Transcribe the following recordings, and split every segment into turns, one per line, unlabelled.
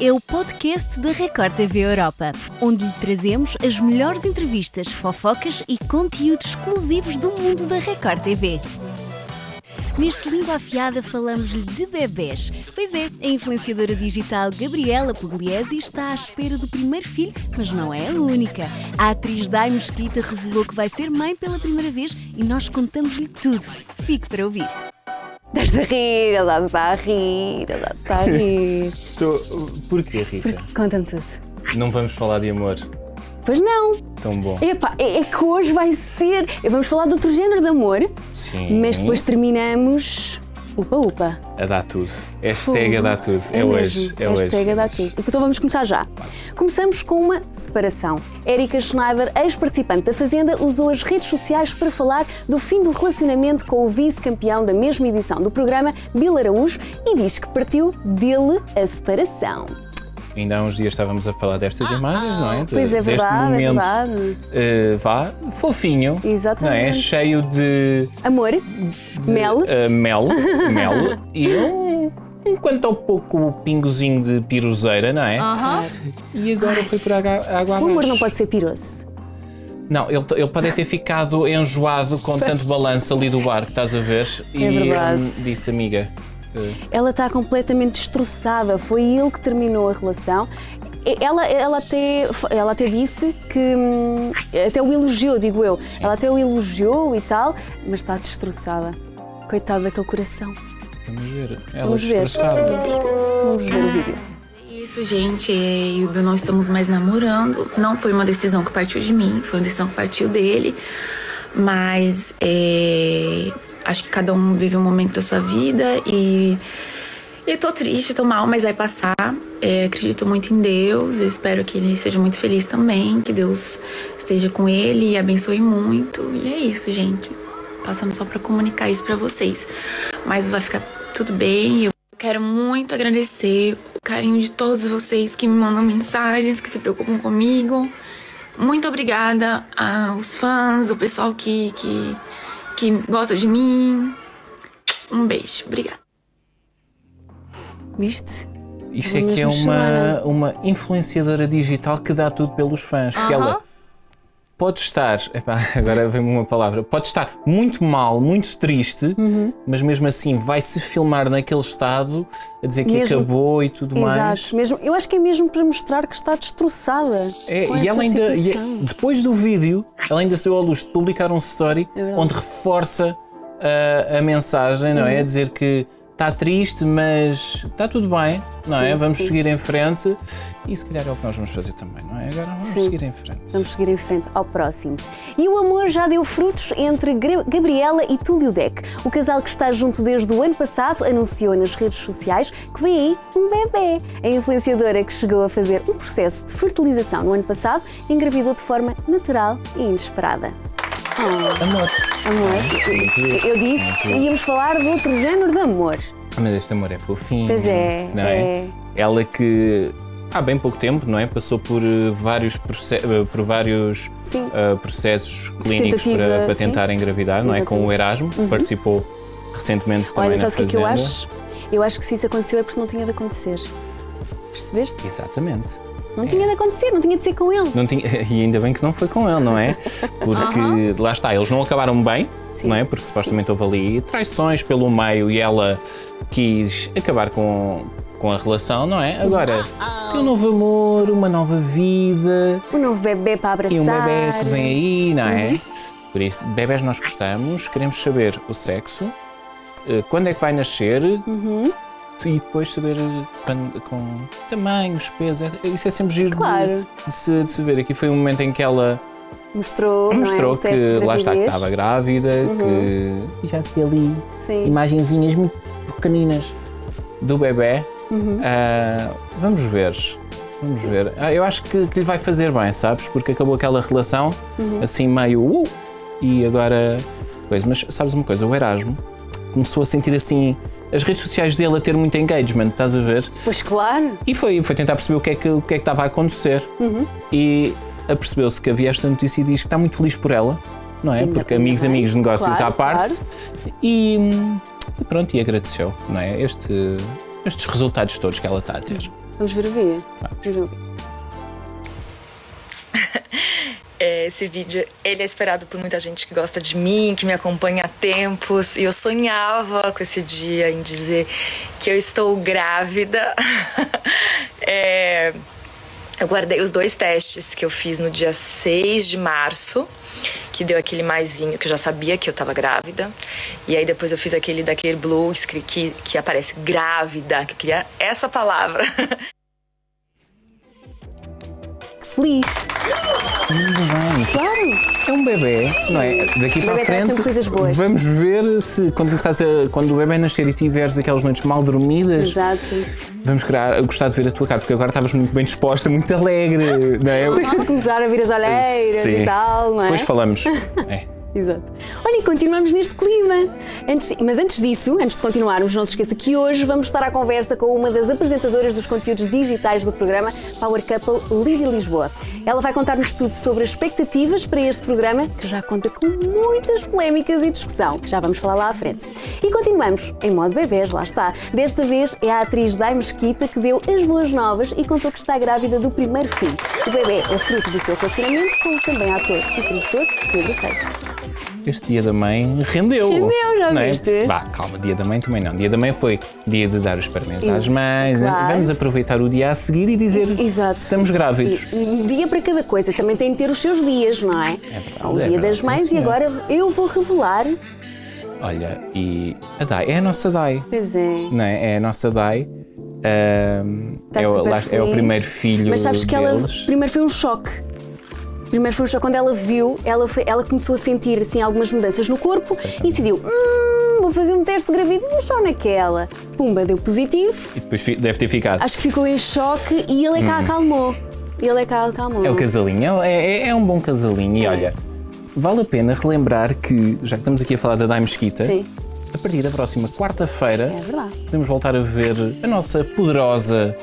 é o podcast da Record TV Europa, onde lhe trazemos as melhores entrevistas, fofocas e conteúdos exclusivos do mundo da Record TV. Neste Língua Afiada falamos-lhe de bebés. Pois é, a influenciadora digital Gabriela Pugliese está à espera do primeiro filho, mas não é a única. A atriz Dai Mesquita revelou que vai ser mãe pela primeira vez e nós contamos-lhe tudo. Fique para ouvir.
Estás a rir, ele já está a rir, ele já está a rir.
Estou. Porquê, Rita?
Porque- Conta-me tudo.
Não vamos falar de amor.
Pois não.
Tão bom.
Epá, é, é que hoje vai ser. Vamos falar de outro género de amor,
É. Sim.
mas depois terminamos. Upa, upa.
A dar tudo. Hashtag a dar tudo. É, hoje. É hoje.
Hashtag dá tudo. Então vamos começar já. Começamos com uma separação. Érica Schneider, ex-participante da Fazenda, usou as redes sociais para falar do fim do relacionamento com o vice-campeão da mesma edição do programa, Bill Araújo, e diz que partiu dele a separação.
Ainda há uns dias estávamos a falar destas imagens, não é?
Pois é
Deste
verdade, é
momento,
verdade.
eh, vá, fofinho. Não é?
Exatamente.
Cheio de.
Amor, mel,
eh, mel. Mel. e um. um quanto ao pouco pingozinho de piruzeira, não é? E agora foi por água, água
o amor
abaixo.
não pode ser piroso.
Não, ele, ele pode ter ficado enjoado com tanto balanço ali do barco, estás a ver? E
É verdade.
hum, disse, amiga, eh,
Ela está completamente destroçada. Foi ele que terminou a relação. E- Ela, ela, até, ela até disse que. hum, Até o elogiou, digo eu. Ela até o elogiou e tal, mas está destroçada. Coitado daquele coração.
vamos ver. Ela
Vamos ver.
disfarçada.
Vamos ver o
Ah.
vídeo.
Isso, gente. Eu e o Bill não estamos mais namorando. Não foi uma decisão que partiu de mim, foi uma decisão que partiu dele. Mas é, acho que cada um vive um momento da sua vida e, e eu tô triste, tô mal, mas vai passar. É, acredito muito em Deus, eu espero que ele seja muito feliz também, que Deus esteja com ele e abençoe muito. E é isso, gente. Passando só pra comunicar isso pra vocês. Mas vai ficar tudo bem, eu eu Quero muito agradecer o carinho de todos vocês que me mandam mensagens, que se preocupam comigo. Muito obrigada aos fãs, ao pessoal que, que, que gosta de mim. Um beijo, obrigada.
Viste?
Isto é
Vou
que é
mesmo
uma,
chorar.
uma influenciadora digital que dá tudo pelos fãs. Porque ela pode estar, epá, agora vem-me uma palavra, pode estar muito mal, muito triste,
Uhum.
mas mesmo assim vai se filmar naquele estado a dizer que
Mesmo-
acabou e tudo mais.
Exato. Mesmo, eu acho que é mesmo para mostrar que está destroçada.
É,
com
e
esta
ela ainda, e-
situação.
depois do vídeo, ela ainda se deu à luz de publicar um story
É verdade. Uhum.
onde reforça ah, a, a mensagem, não é? A dizer que está triste, mas está tudo bem, não é?
Sim,
Vamos
sim.
seguir em frente e se calhar é o que nós vamos fazer também, não é? Agora vamos
Sim.
seguir em frente.
Vamos seguir em frente ao próximo. E o amor já deu frutos entre Gra- Gabriela e Túlio Deck. O casal que está junto desde o ano passado anunciou nas redes sociais que vem aí um bebê. A influenciadora que chegou a fazer um processo de fertilização no ano passado engravidou de forma natural e inesperada. Oh,
Amor.
amor, eu disse que íamos falar de outro género de amor.
Mas este amor é fofinho.
Pois é,
Não é?
é.
Ela que há bem pouco tempo, não é? Passou por eh, vários, proce- eh, por vários
Sim.
eh, processos clínicos
tentativa,
para, para
sim. Uhum.
tentar engravidar, não é? Com o Erasmo, participou recentemente também
Olha,
na
sabes o que é que eu
Fazenda.
acho? Eu acho que se isso aconteceu é porque não tinha de acontecer. Percebeste?
Exatamente.
Não tinha de acontecer, não tinha de ser com ele.
Não tinha, e ainda bem que não foi com ele, não é? Porque lá está, eles não acabaram bem,
Sim.
não é? Porque supostamente houve ali traições pelo meio e ela quis acabar com, com a relação, não é? Agora, tem um novo amor, uma nova vida
Um novo bebê para abraçar.
e um bebê que vem aí, não é? Por isso, bebés nós gostamos, queremos saber o sexo, eh, quando é que vai nascer.
Uhum.
E depois saber eh, quando- com tamanhos, peso, é- isso é sempre giro de-
Claro.
de se, de se ver. Aqui foi um momento em que ela
Mostrou,
mostrou
não é? o
que
teste de
lá está que
gravidez. Uhum.
estava grávida, que já se vê ali
Sim.
imagenzinhas muito pequeninas do bebê. Ah, vamos ver. Vamos ver. Ah, eu acho que, que lhe vai fazer bem, sabes? Porque acabou aquela relação assim meio uh, e agora. Coisa. Mas sabes uma coisa? O Erasmo começou a sentir assim. As redes sociais dele a ter muito engagement, estás a ver?
Pois claro.
E foi, foi tentar perceber o que é que, o que, é que estava a acontecer.
Uhum.
E apercebeu-se que havia esta notícia e diz que está muito feliz por ela, não é?
Ainda
Porque
bem,
amigos,
ainda bem.
amigos, negócios
Claro,
à parte. E, hum, e pronto, e agradeceu, não é? Este, estes resultados todos que ela está a ter.
Vamos ver o vídeo? Vamos ver o vídeo.
É, esse vídeo ele é esperado por muita gente que gosta de mim, que me acompanha há tempos. E eu sonhava com esse dia em dizer que eu estou grávida. É, eu guardei os dois testes que eu fiz no dia 6 de março, que deu aquele maisinho que eu já sabia que eu tava grávida. E aí depois eu fiz aquele da Clear Blue que, que, que aparece grávida, que eu queria essa palavra.
Que feliz! Claro!
É um bebê, não é? Daqui
Uhum. Um bebê
para a
traz
frente,
sempre coisas boas.
vamos ver se quando, começares a- quando o bebê nascer e tiveres aquelas noites mal dormidas,
Exato.
vamos criar, gostar de ver a tua cara, porque agora estavas muito bem disposta, muito alegre, não é?
Depois quando começar a vir as olheiras
Sim.
e tal, não é?
Depois falamos. É.
Exato. Olha, e continuamos neste clima. Antes- mas antes disso, antes de continuarmos, não se esqueça que hoje vamos estar à conversa com uma das apresentadoras dos conteúdos digitais do programa Power Couple Lídia Lisboa. Ela vai contar-nos tudo sobre as expectativas para este programa, que já conta com muitas polémicas e discussão, que já vamos falar lá à frente. E continuamos em modo bebês, lá está. Desta vez é a atriz Dai Mesquita que deu as boas novas e contou que está grávida do primeiro filho. O bebê é fruto do seu relacionamento com o também ator e produtor Pedro Seixas.
Este dia da mãe rendeu.
Rendeu, já
não é?
viste?
Vá, calma, dia da mãe também não. Dia da mãe foi dia de dar os parabéns
Ex-
às mães. né?
claro.
Vamos aproveitar o dia a seguir e dizer
Exato.
estamos grávidos.
E- Um dia para cada coisa, também tem de ter os seus dias, não é?
verdade,
Há o
é
dia
verdade,
das
sim,
mães e
senhora.
agora eu vou revelar.
Olha, e a Dai, é a nossa Dai,
Pois é.
não é? É a nossa Dai. ahm,
Está
é, o,
Tá super
lá- é o
feliz.
primeiro filho
Mas sabes que ela
deles.
primeiro foi um choque. Primeiro foi um choque. Quando ela viu, ela, foi- ela começou a sentir assim, algumas mudanças no corpo e decidiu: hum, vou fazer um teste de gravidez só naquela. Pumba, deu positivo.
E depois fi- deve ter ficado.
Acho que ficou em choque e ele é que a acalmou. Ele é que a acalmou.
Hum. É o casalinho, é, é- é um bom casalinho. E olha, vale a pena relembrar que, já que estamos aqui a falar da Dai Mesquita,
Sim.
a partir da próxima quarta-feira,
É verdade.
podemos voltar a ver a nossa poderosa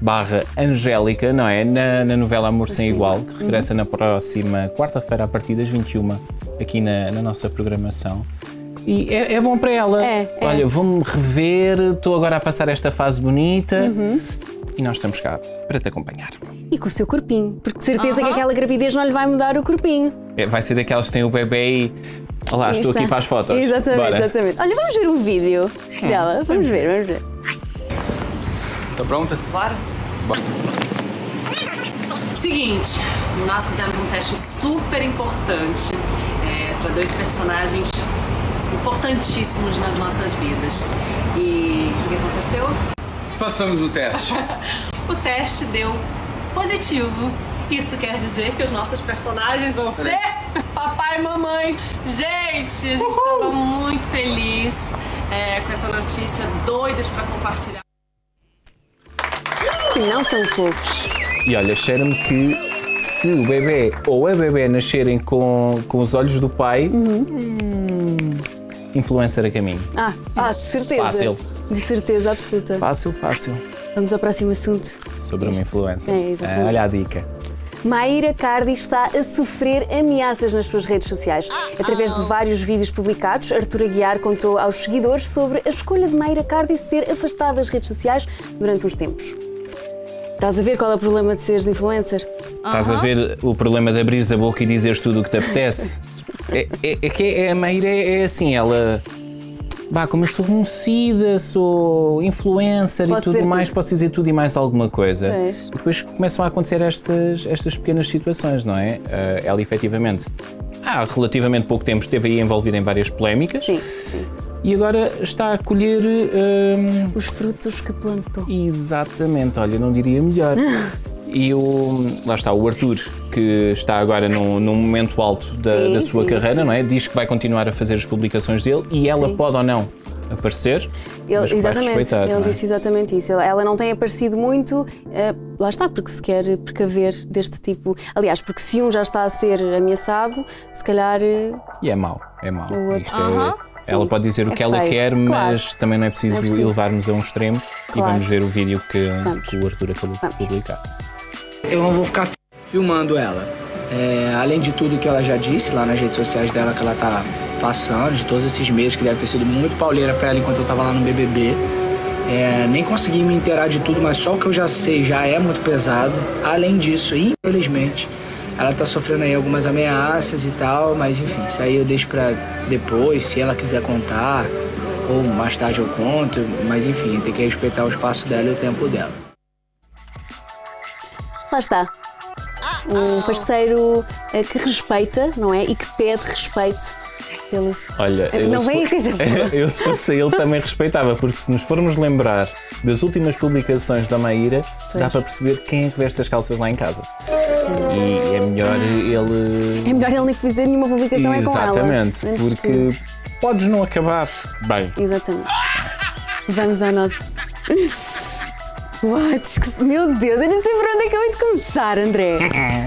barra Angélica, não é? Na, na novela Amor Sem Igual,
Uhum.
que regressa na próxima quarta-feira, a partir das 21, aqui na, na nossa programação. E é, é bom para ela.
É, é.
Olha, vou-me rever, estou agora a passar esta fase bonita
Uhum.
e nós estamos cá para te acompanhar.
E com o seu corpinho, porque de certeza que aquela gravidez não lhe vai mudar o corpinho.
É, Vai ser daquelas que têm o bebê e. Olha lá, estou
Está.
aqui para as fotos.
Exatamente,
Bora.
exatamente. Olha, vamos ver um vídeo dela. Vamos ver, vamos ver.
Está pronta?
Bora? Seguinte, nós fizemos um teste super importante para dois personagens importantíssimos nas nossas vidas. E o que que aconteceu?
Passamos no teste.
O teste deu positivo. Isso quer dizer que os nossos personagens vão ser papai e mamãe. Gente, a gente estava muito feliz é, com essa notícia, doidas para compartilhar.
Que não são poucos.
E olha, cheira-me que se o bebê ou a bebê nascerem com, com os olhos do pai, hum, influencer a caminho.
Ah, ah, de certeza.
Fácil.
De certeza absoluta.
Fácil, fácil.
Vamos ao próximo assunto.
Sobre uma influencer.
É, exatamente.
Ah, olha a dica.
Maíra Cardi está a sofrer ameaças nas suas redes sociais. Através de vários vídeos publicados, Artur Aguiar contou aos seguidores sobre a escolha de Maíra Cardi se ter afastado das redes sociais durante uns tempos. Estás a ver qual é o problema de seres influencer?
Estás a ver o problema de abrir a boca e dizeres tudo o que te apetece? é, é- é que é- a Maíra é, é assim, ela. Bah, como eu sou conhecida, sou influencer
Posso
e tudo
dizer
mais,
tudo.
posso dizer tudo e mais alguma coisa.
Pois.
E depois começam a acontecer estas, estas pequenas situações, não é? Ah, ela efetivamente, há relativamente pouco tempo, esteve aí envolvida em várias polémicas
Sim, sim.
e agora está a colher. hum,
Os frutos que plantou.
Exatamente, olha, não diria melhor. E o, lá está, o Arthur, que está agora num, num momento alto da,
Sim,
da sua
sim,
carreira, não é? Diz que vai continuar a fazer as publicações dele e ela
Sim.
pode ou não aparecer.
Ele-
mas que vai
exatamente,
respeitar,
ele
não é?
disse exatamente isso. Ela- Ela não tem aparecido muito, eh, lá está, porque se quer precaver deste tipo. Aliás, porque se um já está a ser ameaçado, se calhar. eh,
E é mau, é mau.
O outro-
Isto é- ela
Sim,
pode dizer o
é
que ela
feio,
quer,
claro.
mas também não é preciso,
Não é preciso.
elevarmos a um extremo.
Claro.
E vamos ver o vídeo que,
Vamos.
que o Arthur acabou
Vamos.
de publicar.
Eu não vou ficar filmando ela. É, além de tudo que ela já disse lá nas redes sociais dela que ela tá passando, de todos esses meses que deve ter sido muito pauleira pra ela enquanto eu tava lá no BBB. É, nem consegui me inteirar de tudo, mas só o que eu já sei já é muito pesado. Além disso, infelizmente, ela tá sofrendo aí algumas ameaças e tal, mas enfim, isso aí eu deixo pra depois, se ela quiser contar, ou mais tarde eu conto, mas enfim, tem que respeitar o espaço dela e o tempo dela.
Lá está. Um parceiro eh, que respeita, não é? E que pede respeito pelo.
Olha, eu
Não
se
vem
fosse-
aqui-
eu se fosse ele também respeitava, porque se nos formos lembrar das últimas publicações da Maíra, dá para perceber quem é que veste as calças lá em casa. E é melhor ele.
É melhor ele nem fazer nenhuma publicação é com ela.
Exatamente,
Antes que-
porque podes não acabar bem.
Exatamente. Vamos ao nosso. What? Que- Meu Deus, eu não sei por onde é que eu hei de começar, André.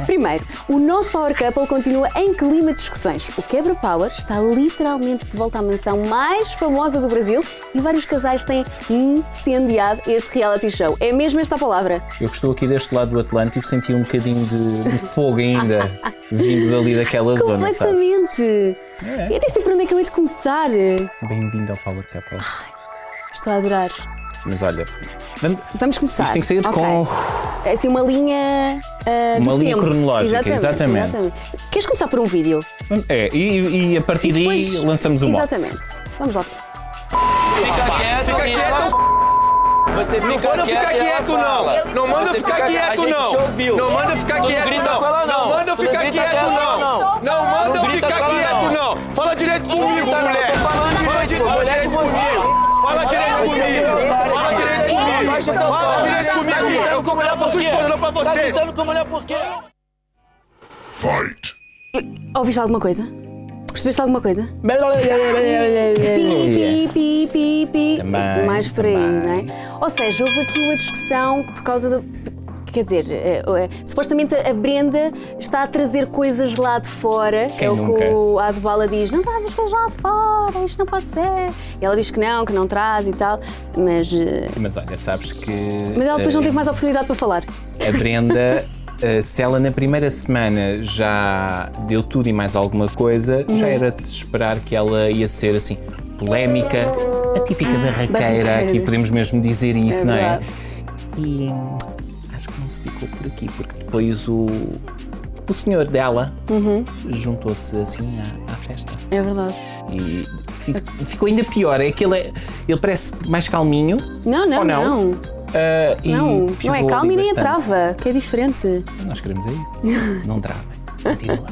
Primeiro, o nosso Power Couple continua em clima de discussões. O Quebra Power está literalmente de volta à mansão mais famosa do Brasil e vários casais têm incendiado este reality show. É mesmo esta a palavra.
Eu que estou aqui deste lado do Atlântico senti um bocadinho de, de fogo ainda vindo ali daquela zona. sabe?
Completamente. Eu nem sei por onde é que eu hei de começar.
É. Bem-vindo ao Power Couple.
Estou a adorar.
Mas olha, vamos-
Vamos começar.
isto tem que sair
Ok.
com.
É assim uma linha. ah, do
Uma linha
tempo.
cronológica, exatamente.
Queres começar por um vídeo?
É, e, e a partir daí lançamos o mote.
Exatamente. Vamos lá.
Fica quieto. Você fica
Não manda ficar
e ela
quieto,
fala.
não. Não manda
Você
ficar
fica-
quieto,
a gente
não.
te ouviu.
Não manda ficar
Tu não
quieto,
grita
não.
com ela, não.
Não manda
Tu
ficar
grita com
quieto,
ela,
não.
não.
Não manda
Não
eu
grita
ficar
com ela,
quieto,
não.
não. Fala direito comigo,
Grita, não.
mulher.
Tô falando
Fala
direito, mulher com você.
comigo. Fala direito
Você
comigo.
grita,
Fala
você
direito
grita.
comigo.
Abaixa teu
Fala
som.
direito
Tá
comigo.
gritando com mulher
pra
por
sua
quê?
esposa, não
Tá
pra você.
gritando com mulher por quê?
Ouviste alguma coisa? Percebeste alguma coisa? Pi, pi, pi, pi, pi.
Também,
Mais por aí, não
também.
é? Ou seja, houve aqui uma discussão por causa da. Quer dizer, eh, eh, supostamente a Brenda está a trazer coisas lá de fora.
Quem
é o
nunca?
que o Adbala diz: não traz as coisas lá de fora, isto não pode ser. E ela diz que não, que não traz e tal. Mas, eh,
Mas olha, sabes que.
mas ela um depois não
eh,
teve mais oportunidade para falar.
A Brenda, eh, se ela na primeira semana já deu tudo e mais alguma coisa,
Uhum.
já era de se esperar que ela ia ser assim, polémica, a típica barraqueira,
Ah, barraqueira.
aqui podemos mesmo dizer isso,
É
não é?
verdade.
E hum, acho que não se ficou por aqui, porque depois o, o senhor dela
Uhum.
juntou-se assim à- à festa.
É verdade.
E fi- ficou ainda pior. É que ele, é- ele parece mais calminho.
Não, não,
ou não.
não.
Ah, e
Não, não é
pivou
calma
ali
e nem a
bastante.
trava, que é diferente.
Nós queremos é isso. Não travem. Continua.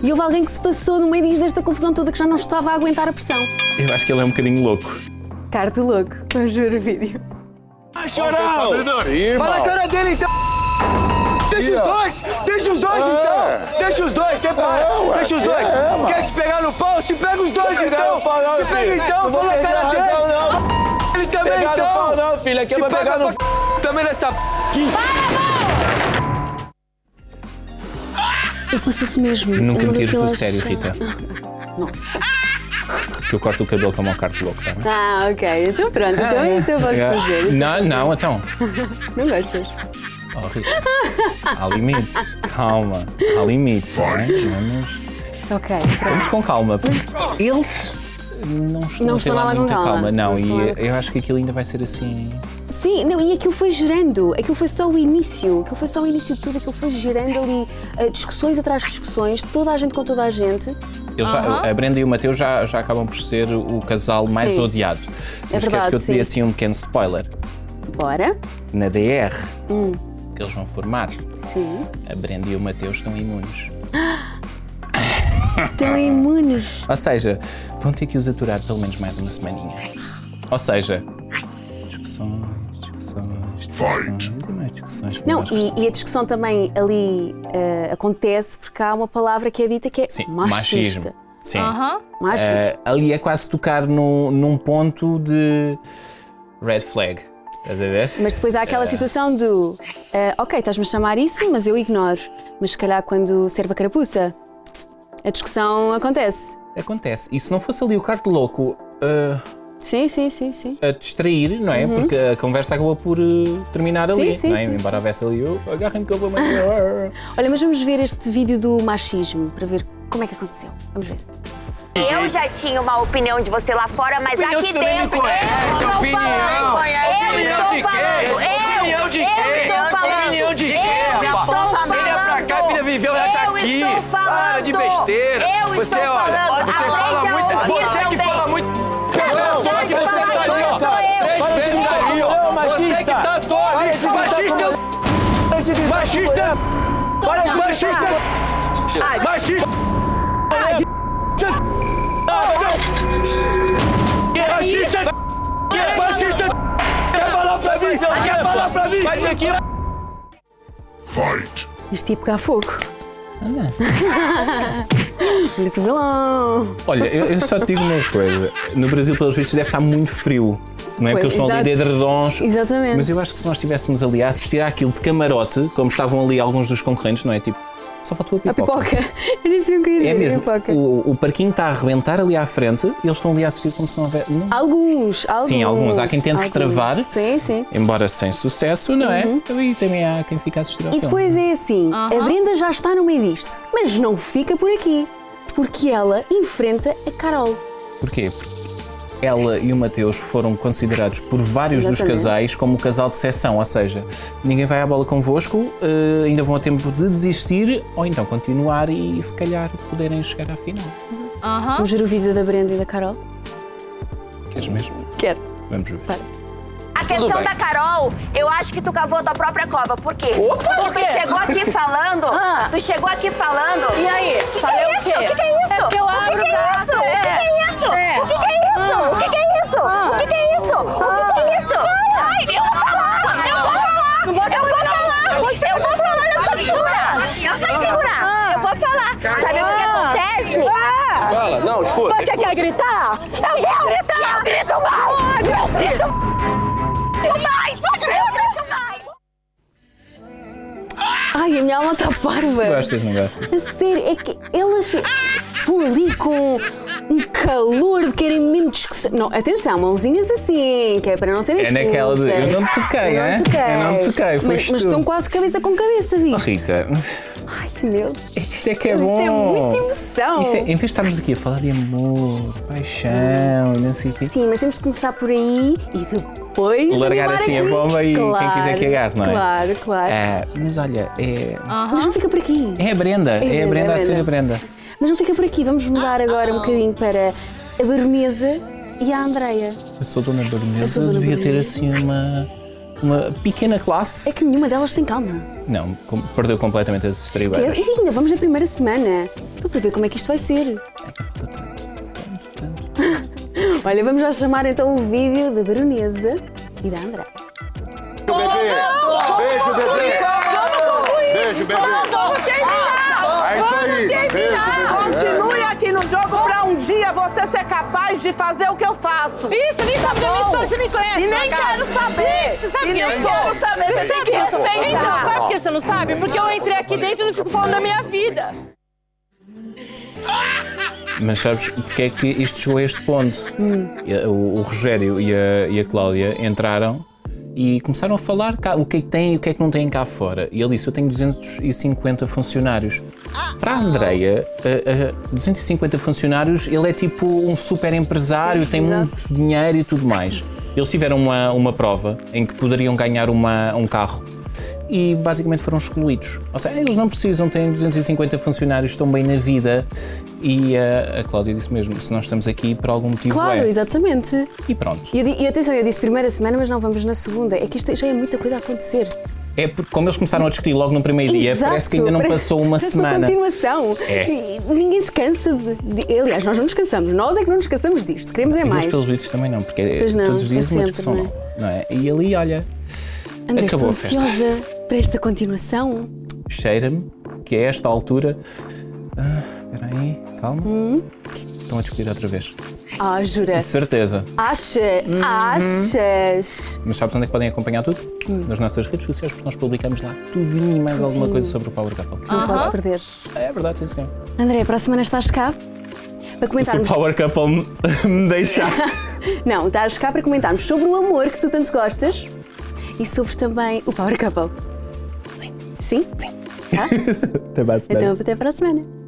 E houve alguém que se passou no meio disto, desta confusão toda que já não estava a aguentar a pressão.
Eu acho que ele é um bocadinho louco.
Cara de louco, vamos ver o vídeo.
Chorão. Fala a cara dele, então. Deixa os dois! Deixa os dois, então! Deixa os dois, separa! deixa os dois! Quer se pegar no pau? é, Se pega os dois, então! se pega, então, fala a cara dele! Ele também, então! não, filho. se pega pra c... também nessa
Ele passou-se mesmo.
Nunca
Era uma
me tires do
daquelas-
sério, Rita.
Nossa.
Que eu corto o cabelo como um carto louco, tá bem?
Ah, ok. Então pronto,
Ah,
então,
é.
então posso
É.
fazer.
Não, não, então.
Não gostas?
Oh, Rita. Há limites. Calma. Há limites. não é? Vamos,
Ok.
vamos com calma. Eles não estão,
Não
a ter
estão
lá
nada com
muita
calma. Não
Não,
estão
e
nada com
eu acho que aquilo ainda vai ser assim.
Sim, não, e aquilo foi gerando, aquilo foi só o início, aquilo foi só o início de tudo, aquilo foi gerando ali eh, discussões atrás de discussões, toda a gente com toda a gente.
Eles já- a Brenda e o Mateus já, já acabam por ser o casal mais
Sim. É
odiado. Mas queres
verdade,
que eu te dê
sim.
assim um pequeno spoiler?
Bora?
Na DR,
Hum.
que eles vão formar,
Sim.
a Brenda e o Mateus estão imunes.
Estão imunes.
Ou seja, vão ter que os aturar pelo menos mais uma semaninha. Ou seja, discussões, discussões, discussões e mais discussões. por
Não,
mais questões.
e, e a discussão também ali eh, acontece porque há uma palavra que é dita que é
Sim,
machista.
machismo. Sim.
Machista.
Eh, ali é quase tocar no, num ponto de red flag. Estás a ver?
Mas depois há aquela situação do eh, ok, estás-me a chamar isso, mas eu ignoro. Mas se calhar quando serve a carapuça, a discussão acontece.
Acontece. E se não fosse ali o carto louco eh,
Sim, sim, sim, sim.
a distrair, não é? Porque a conversa acabou por eh, terminar
Uhum. Sim,
ali.
sim,
não é?
sim,
Embora houvesse ali, oh, agarrem-me que eu vou
Olha, mas vamos ver este vídeo do machismo para ver como é que aconteceu. Vamos ver.
Eu já tinha uma opinião de você lá fora, mas
Opinião,
aqui
você também me
dentro.
conhece,
eu tô
opinião.
falando.
Opinião
Eu
de
estou falando.
quê?
Eu,
Opinião de quê?
Eu estou falando.
Opinião de quê,
Eu
rapaz?
estou falando.
Filha pra cá, filha viveu essa
eu
aqui.
Estou falando.
Para de besteira.
Eu
Você,
estou
olha,
falando.
você
Aprende
fala
a
muito-
ouvir
você que
também.
fala muito- Perdão, tô aqui,
Eu
você
estou
tá ali, ó.
falando, eu
Três
estou
vezes ali, ó. Você que tá à toa ali. Machista é o Machista é Para de machista é Machista é Machista é Machista é Quer falar pra mim? Quer falar pra mim? Faz aqui,
Este tipo cá fogo. Muito bom.
Olha, eu, eu só te digo uma coisa. No Brasil, pelos vistos, deve estar muito frio. Não é? Porque eles estão ali de
Exato.
edredons.
Exatamente.
Mas eu acho que se nós estivéssemos ali a assistir àquilo de camarote, como estavam ali alguns dos concorrentes, não é? Tipo, só faltou a
A
pipoca.
pipoca. Eu nem sei o que eu ia
É
dizer,
mesmo.
pipoca.
O, o parquinho está a arrebentar ali à frente e eles estão ali a assistir como se não houvesse. não-
Alguns, alguns.
Sim, alguns. Há quem tente
Alguns.
destravar.
Sim, sim.
Embora sem sucesso, não é? E também há quem fica a assistir ao
Uhum. E
filme.
depois é assim, a Brenda já está no meio disto, mas não fica por aqui, porque ela enfrenta a Carol.
Porquê? Porque ela e o Mateus foram considerados por vários dos
Exatamente.
casais como o casal de sessão, ou seja, ninguém vai à bola convosco, eh, ainda vão a tempo de desistir ou então continuar e se calhar poderem chegar à final.
Vamos ver o vídeo da Brenda e da Carol?
Queres mesmo?
Quero.
Vamos ver.
Tá.
A questão
bem.
da Carol, eu acho que tu cavou a tua própria cova. Por quê? Porque tu chegou aqui falando.
Ah!
Tu chegou aqui falando. E aí? O que, que é isso? O que, que é isso? É eu o que, que é isso? O que, que é isso? O que, que é isso?
Ah.
O que, que é isso? O que, que é isso? O que, que é isso?
Ah.
Ai, eu vou falar! Eu vou falar! Eu vou falar! Eu vou falar! Eu sou segura! Eu sou
Ah.
segura! Eu vou falar! Sabe o que acontece?
Fala, não, escuta.
Você quer gritar? Eu vou gritar! Eu grito mais! Eu grito mais! Eu grito mais!
Ai, a minha alma está parva.
Gostas, não gostas?
A sério, é que elas vão ali com um calor de querem menos discussão. Não, atenção, mãozinhas assim, que é para não serem
É naquela de,
expulsas.
eu não me toquei,
Eu não
é?
me toquei.
Eu não me toquei,
mas,
foste
mas
tu.
estão quase cabeça com cabeça, viste?
Rita,
Ai, meu Deus.
isto é que é
Isto
bom!
é muita emoção.
Isto é- em vez de estarmos aqui a falar de amor, paixão e não sei o quê,
Sim, mas temos de começar por aí e depois.
largar
animar
assim a
aqui.
bomba e quem
Claro,
quiser que agarre, não é?
Claro, claro.
Ah, mas olha, é,
Mas não fica por aqui.
é a Brenda, é, a Brenda a ser a Brenda.
Mas não fica por aqui. Vamos mudar agora um bocadinho para a Baronesa e a Andreia.
Eu sou dona
Eu
Baronesa,
sou dona
devia ter
Baronesa.
assim uma, uma pequena
É
classe.
que nenhuma delas tem calma.
Não, com- perdeu completamente as estribeiras.
E ainda vamos na primeira semana. Estou para ver como é que isto vai ser. Olha, vamos já chamar então o vídeo da Baronesa e da Andreia.
Beijo, bebê. Beijo, bebê. Beijo, bebê.
Vamos terminar!
É isso aí. Beijo, bebê.
Continue é aqui no jogo pra um dia você ser capaz de fazer o que eu faço. Isso, nem sabe da minha história, você me conhece, E nem quero saber. Você sabe quem eu sou? Você sabe quem eu sou? Então, sabe por que você não sabe? Porque eu entrei aqui dentro e não fico falando da minha vida.
Mas sabes porque é que isto chegou a este ponto?
Hum.
E- O, o Rogério e a, e a Cláudia entraram e começaram a falar cá, o que é que tem e o que é que não tem cá fora. E ele disse: Eu tenho 250 funcionários. Para a Andreia, a- a- 250 funcionários, ele é tipo um super empresário, tem muito dinheiro e tudo mais. Eles tiveram uma, uma prova em que poderiam ganhar uma- um carro e basicamente foram excluídos. Ou seja, eles não precisam, têm 250 funcionários, estão bem na vida. E eh, a Cláudia disse mesmo: se nós estamos aqui por algum motivo.
Claro,
é.
exatamente.
E pronto.
E, eu di- e atenção, eu disse primeira semana, mas não vamos na segunda. É que isto já é muita coisa a acontecer.
É porque, como eles começaram a discutir logo no primeiro dia,
Exato,
é, parece que ainda não
parece-
passou uma
parece
semana.
continuação.
É.
E- e Ninguém se cansa de, de- Aliás, nós não nos cansamos. Nós é que não nos cansamos disto. Queremos é
E
mais.
eles, pelos vídeos, também não, porque é
Pois não,
todos os dias
é
uma
sempre,
discussão
não é?
nova, não é? E ali, olha,
André, estou
acabou a festa.
ansiosa para esta continuação.
cheira-me que a esta altura. Ah, Espera aí, calma.
Hum?
Estão a discutir outra vez.
Ah, jura?
De certeza.
Acha,
Uhum.
achas.
Mas sabes onde é que podem acompanhar tudo?
Hum.
Nas nossas redes sociais, porque nós publicamos lá tudo e mais alguma coisa sobre o Power Couple.
Não podes perder.
É verdade, sim, senhor.
André, para a semana estás cá para
Se o
comentarmos.
Power Couple me, me deixar.
Não, estás cá para comentarmos sobre o amor que tu tanto gostas e sobre também o Power Couple. Sim? Sim.
Até mais,
Então, até para a semana.